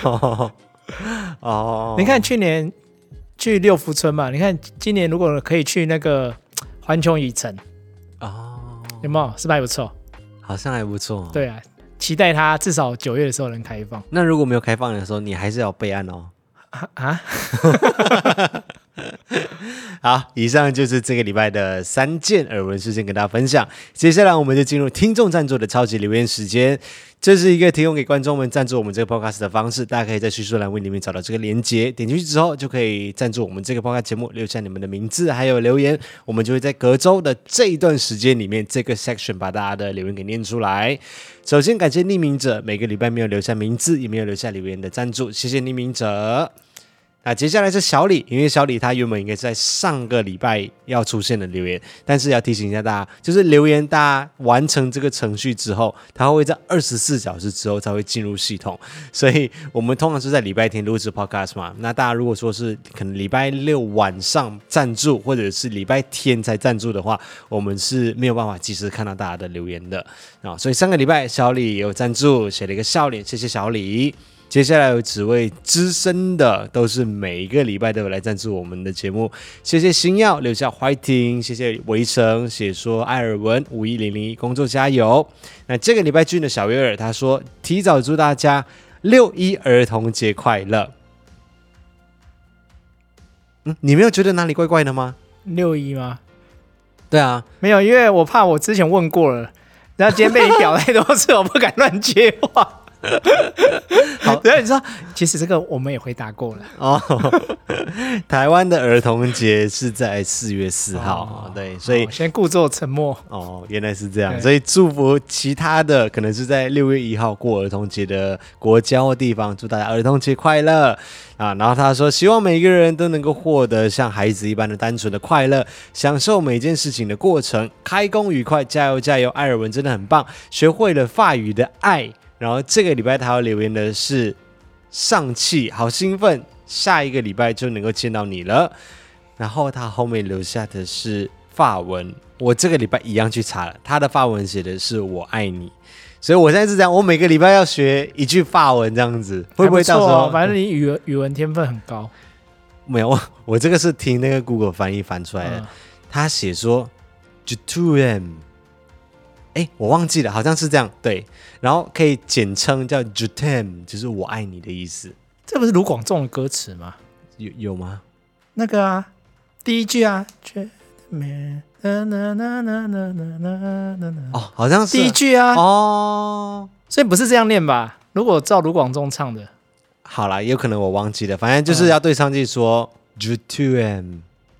哦 <laughs> 哦，
你看去年去六福村嘛，你看今年如果可以去那个环球影城，
哦，
有没有？是不是还不错？
好像还不错。，哦
对啊，期待它至少九月的时候能开放
那如果没有开
啊
放的时候，你还是要备案哦。
啊啊！
好，以上就是这个礼拜的三件耳闻事件跟大家分享。接下来我们就进入听众赞助的超级留言时间，这是一个提供给观众们赞助我们这个 podcast 的方式，大家可以在叙述栏位里面找到这个连接，点进去之后就可以赞助我们这个 podcast 节目，留下你们的名字还有留言，我们就会在隔周的这一段时间里面，这个 section 把大家的留言给念出来。首先感谢匿名者，每个礼拜没有留下名字，也没有留下留言的赞助，谢谢匿名者。那接下来是小李，因为小李他原本应该是在上个礼拜要出现的留言，但是要提醒一下大家，就是留言大家完成这个程序之后，它会在二十四小时之后才会进入系统，所以我们通常是在礼拜天录制 podcast 嘛。那大家如果说是可能礼拜六晚上赞助，或者是礼拜天才赞助的话，我们是没有办法及时看到大家的留言的啊。所以上个礼拜小李也有赞助，写了一个笑脸，谢谢小李。接下来有几位资深的，都是每一个礼拜都有来赞助我们的节目。谢谢星耀留下 Whiting，谢谢围城写说艾尔文五一零零一工作加油。那这个礼拜俊的小月儿他说提早祝大家六一儿童节快乐。嗯，你没有觉得哪里怪怪的吗？
六一吗？
对啊，
没有，因为我怕我之前问过了，然后今天被你表太多次，我不敢乱接话。 <laughs> 好，
啊
然后你说，其实这个我们也回答过了。
哦， <laughs> 台湾的儿童节是在四月四号，
哦
对，所以
好先故作沉默。
哦，原来是这样，
对
所以祝福其他的可能是在六月一号过儿童节的国家或地方，祝大家儿童节快乐啊！然后他说，希望每一个人都能够获得像孩子一般的单纯的快乐，享受每件事情的过程，开工愉快，加油加油！艾尔文真的很棒，学会了法语的爱。然后这个礼拜他要留言的是上气，好兴奋，下一个礼拜就能够见到你了。然后他后面留下的是法文，我这个礼拜一样去查了，他的法文写的是“我爱你”，所以我现在是这样，我每个礼拜要学一句法文这样子，会不会
还
到
错
时
哦
候？
反正你语文语文天分很高。
没有，我我这个是听那个 Google 翻译翻出来的，
嗯
他写说 j t m 哎，我忘记了，好像是这样，对，然后可以简称叫 j t m 就是我爱你的意思，
这不是卢广仲的歌词吗？
有有吗？
那个啊，第一句啊，绝美啦啦啦啦啦啦啦啦啦
哦，好像是
第一句啊，
哦。
所以不是这样念吧？如果照卢广仲唱的，
好啦，有可能我忘记了，反正
嗯
就是要对上帝说 j t m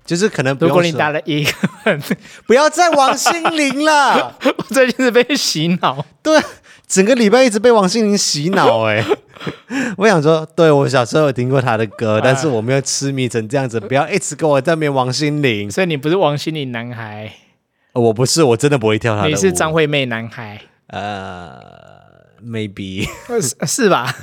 就是可能不
如
用
果你
说
打了一个分， <laughs>
不要再王心凌了，
我最近是被洗脑。
对，整个礼拜一直被王心凌洗脑哎、 <laughs> 我想说，对我小时候有听过她的
哎
歌，但是我没有痴迷成这样子，不要一直跟我在那边王心凌、
所以你不是王心凌男孩，
呃我不是，我真的不会跳她的舞。
你是张惠妹男孩，
呃，maybe， <laughs>
是是吧？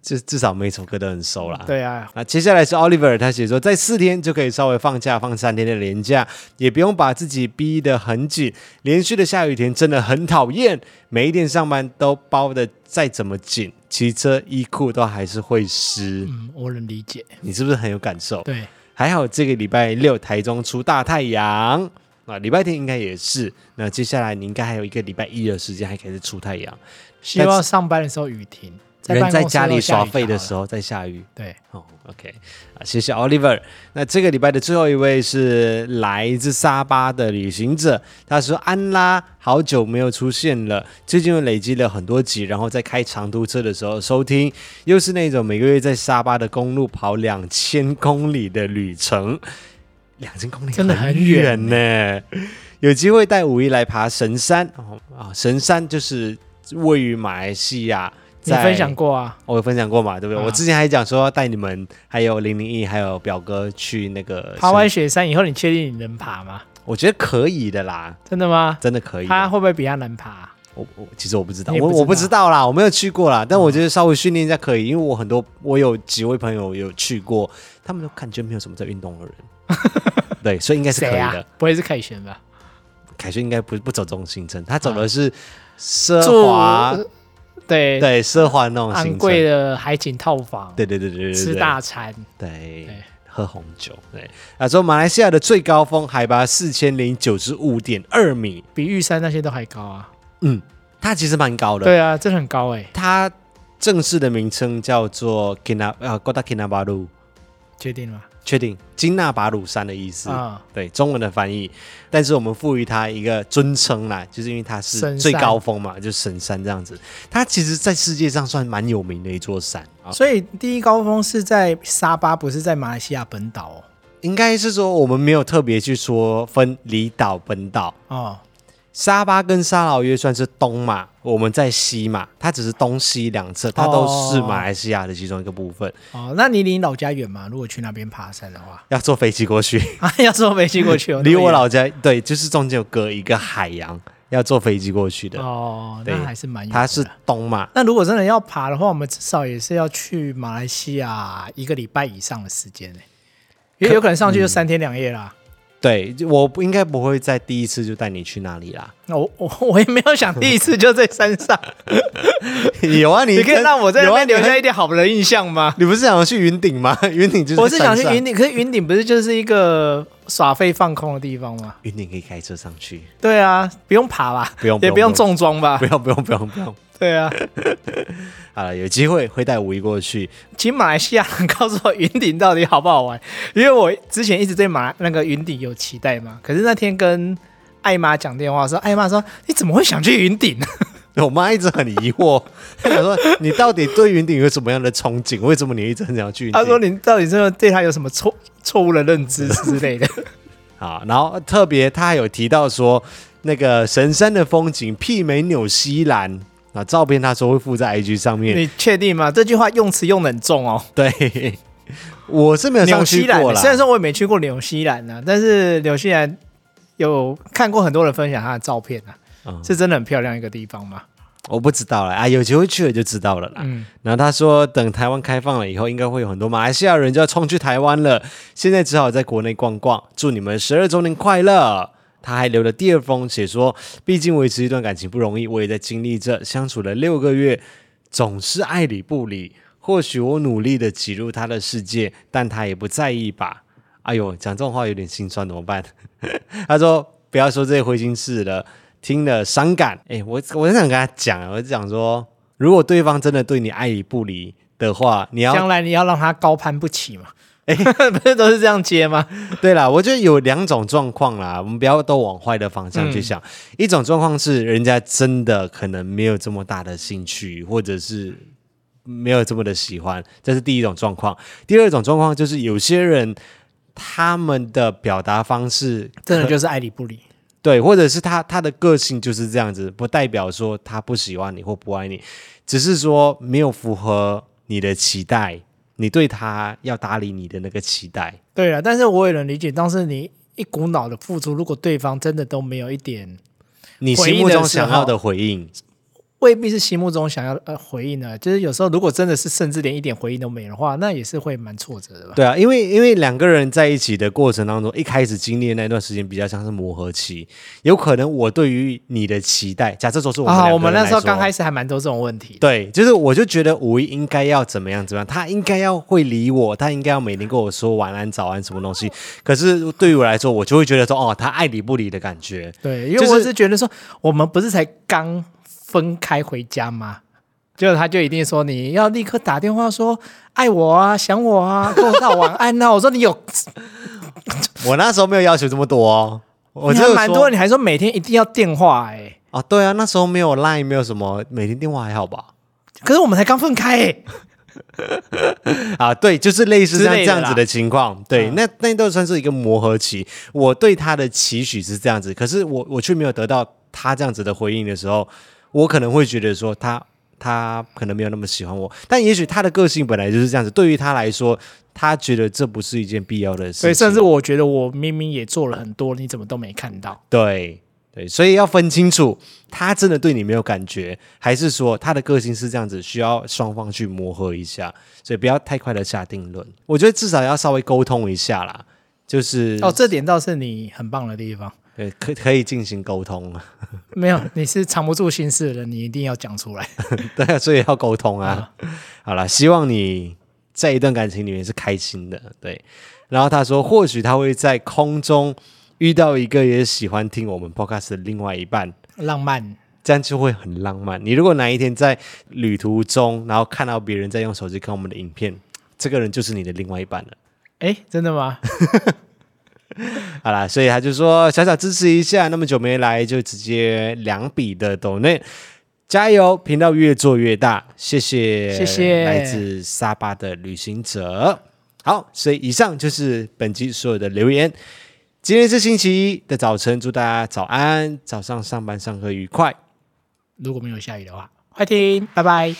至至少每首歌都很熟啦。
对 <laughs> 啊，
那接下来是 Oliver，他写说，在四天就可以稍微放假，放三天的年假，也不用把自己逼得很紧。连续的下雨天真的很讨厌，每一天上班都包的再怎么紧，骑车衣裤都还是会湿。
嗯，我能理解。
你是不是很有感受？
对，
还好这个礼拜六台中出大太阳啊，礼拜天应该也是。那接下来你应该还有一个礼拜一的时间，还可以是出太阳。
希望上班的时候雨停，
人
办
在
公室
家里耍废的
候
时候在下雨。
下雨就好了，对，
哦，OK，啊，谢谢 Oliver。那这个礼拜的最后一位是来自沙巴的旅行者，他说：“安拉好久没有出现了，最近又累积了很多集，然后在开长途车的时候收听，又是那种每个月在沙巴的公路跑两千公里的旅程，两千公里
真的很
远呢。有机会带五一来爬神山哦啊，神山就是位于马来西亚。”
你分享过啊？
我有分享过嘛，对不对？
啊
我之前还讲说要带你们，还有零零一，还有表哥去那个
爬完
山
雪山以后，你确定你能爬吗？
我觉得可以的啦，
真的吗？
真的可以的。
他会不会比他难爬、
我我其实我不知道，
你也
我
不知道嗯
我不知道啦，我没有去过啦，但我觉得稍微训练一下可以，因为我很多我有几位朋友有去过，他们都感觉没有什么在运
<laughs>
动的人，对，所以应该是可以
谁
的
啊。？不会是凯旋吧？
凯旋应该不不走这种行程，他走
嗯
的是奢
住
华，
对，
对奢华那种行
昂
程，
贵的海景套房，
对对对对对对，
吃大餐，
对
对，
喝红酒。对，啊，说马来西亚的最高峰海拔四千零九十五点二米，
比玉山那些都还高啊！
嗯，它其实蛮高的。，
对啊，真的很高哎、
它正式的名称叫做 Kina 啊 Kota 呃 Kinabalu。
确定吗？
确定金纳巴鲁山的意思
啊
对中文的翻译。但是我们赋予它一个尊称啦，就是因为它是
神
最
山
高峰嘛，就是神山这样子。它其实，在世界上算蛮有名的一座山啊，
所以第一高峰是在沙巴，不是在马来西亚本岛哦。
应该是说我们没有特别去说分离岛、本岛。
哦，
沙巴跟沙劳越算是东嘛，我们在西嘛，它只是东西两侧，它都是马来西亚的其中一个部分。
哦，那你离老家远吗？如果去那边爬山的话， <laughs>
要坐飞机过去，
啊，要坐飞机过去哦，
离
那么
我
远
老家对，就是中间有隔一个海洋，要坐飞机过去的。
哦，
对
那还是蛮远的。
它是东嘛，
那如果真的要爬的话，我们至少也是要去马来西亚一个礼拜以上的时间呢、因为有可能
嗯
上去就三天两夜啦。
对，就我不应该不会在第一次就带你去那里
<laughs>
啦。
那我我我也没有想第一次就在山上，
有啊， <laughs> 你
你可以
跟
让我在那
有啊
边留
你
下一点好的印象吗？
你不是想要去云顶吗？云顶就是
我是想去
啊山上
云，顶，可是云顶不是就是一个耍废放空的地方吗？
云顶可以开车上去，
对啊，不用爬吧，
不用
也
不
不
用
用重装吧
不？用不用不用不用。
对啊，
好了，有机会会带五一过去。
请马来西亚人告诉我云顶到底好不好玩，因为我之前一直对马来那个云顶有期待嘛。可是那天跟艾妈讲电话的时候，艾妈说：“哎你怎么会想去云顶？
<laughs> 我妈一直很疑惑，她想说你到底对云顶有什么样的憧憬？为什么你一直很想要去 <laughs> 云顶？
她说你到底真的对他有什么错错误的认知之类
<laughs>
的。
啊，然后特别他还有提到说，那个神山的风景媲美纽西兰啊，照片他说会附在 IG 上面。
你确定吗？这句话用词用得很重哦。
对，我 <laughs> 是没有
纽
上去
西兰
过，啦。
虽然说我也没去过纽西兰啊，但是纽西兰有看过很多人分享他的照片啊，
嗯
是真的很漂亮一个地方嘛。
我不知道了啊，有机会去了就知道了啦。
嗯
然后他说，等台湾开放了以后，应该会有很多马来西亚人就要冲去台湾了。现在只好在国内逛逛。祝你们十二周年快乐！他还留了第二封，写说，毕竟维持一段感情不容易，我也在经历这相处了六个月，总是爱理不理。或许我努力的挤入他的世界，但他也不在意吧。哎呦，讲这种话有点心酸，怎么办？他说不要说这些灰心事了，听了伤感。哎，我我很想跟他讲，我就讲说，如果对方真的对你爱理不理的话，你要
将来你要让他高攀不起嘛？ <laughs> 不是都是这样接吗？
对啦，我觉得有两种状况啦，我们不要都往坏的方向去想。一种状况是人家真的可能没有这么大的兴趣，或者是没有这么的喜欢，这是第一种状况。第二种状况就是有些人他们的表达方式
真的就是爱理不理。
对，或者是他他的个性就是这样子，不代表说他不喜欢你或不爱你，只是说没有符合你的期待，你对他要搭理你的那个期待。
对啊，但是我也能理解，当时你一股脑的付出，如果对方真的都没有一点，
你
回
心
应
目
的
中
时
想要
候
的回应，
未必是心目中想要呃回应的，就是有时候如果真的是甚至连一点回应都没有的话，那也是会蛮挫折的吧？
对啊，因为因为两个人在一起的过程当中，一开始经历的那段时间比较像是磨合期，有可能我对于你的期待，假设说是我们两
啊，
个
我们
人
那
来
时候
说
刚开始还蛮多这种问题的。
对，就是我就觉得五一应该要怎么样怎么样，他应该要会理我，他应该要每天跟我说晚安、早安什么东西。可是对于我来说，我就会觉得说，哦，他爱理不理的感觉。
对，因
就
为
是
我是觉得说，我们不是才刚分开回家吗？就他就一定说你要立刻打电话说爱我啊，想我啊，跟我道晚安啊。我说你有，
我那时候没有要求这么多哦， <laughs> 我
你
就
还
是
蛮
说
多，你还说每天一定要电话哎、
哦，对啊，那时候没有 Line，没有什么，每天电话还好吧？
可是我们才刚分开哎、
<laughs> 啊，对，就是类似像
之
这
类的啦
样子的情况，对，
嗯
那那都算是一个磨合期。我对他的期许是这样子，可是我我却没有得到他这样子的回应的时候，我可能会觉得说他他可能没有那么喜欢我，但也许他的个性本来就是这样子，对于他来说，他觉得这不是一件必要的事情，
所以甚至我觉得我明明也做了很多，你怎么都没看到？
对。对，所以要分清楚，他真的对你没有感觉，还是说他的个性是这样子，需要双方去磨合一下，所以不要太快的下定论。我觉得至少要稍微沟通一下啦，就是
哦，这点倒是你很棒的地方。
呃，可可以进行沟通啊，
没有，你是藏不住心事的人，你一定要讲出来。
对啊， <laughs> 所以要沟通啊。好啦，希望你在一段感情里面是开心的，对。然后他说，或许他会在空中遇到一个也喜欢听我们 podcast 的另外一半，
浪漫，
这样就会很浪漫。你如果哪一天在旅途中，然后看到别人在用手机看我们的影片，这个人就是你的另外一半了。
哎，真的吗？
好啦，所以他就说小小支持一下，那么久没来就直接两笔的抖内，加油！频道越做越大，谢谢，
谢谢
来自沙巴的旅行者。好，所以以上就是本集所有的留言。今天是星期一的早晨，祝大家早安，早上上班上课愉快。
如果没有下雨的话，快听，拜拜。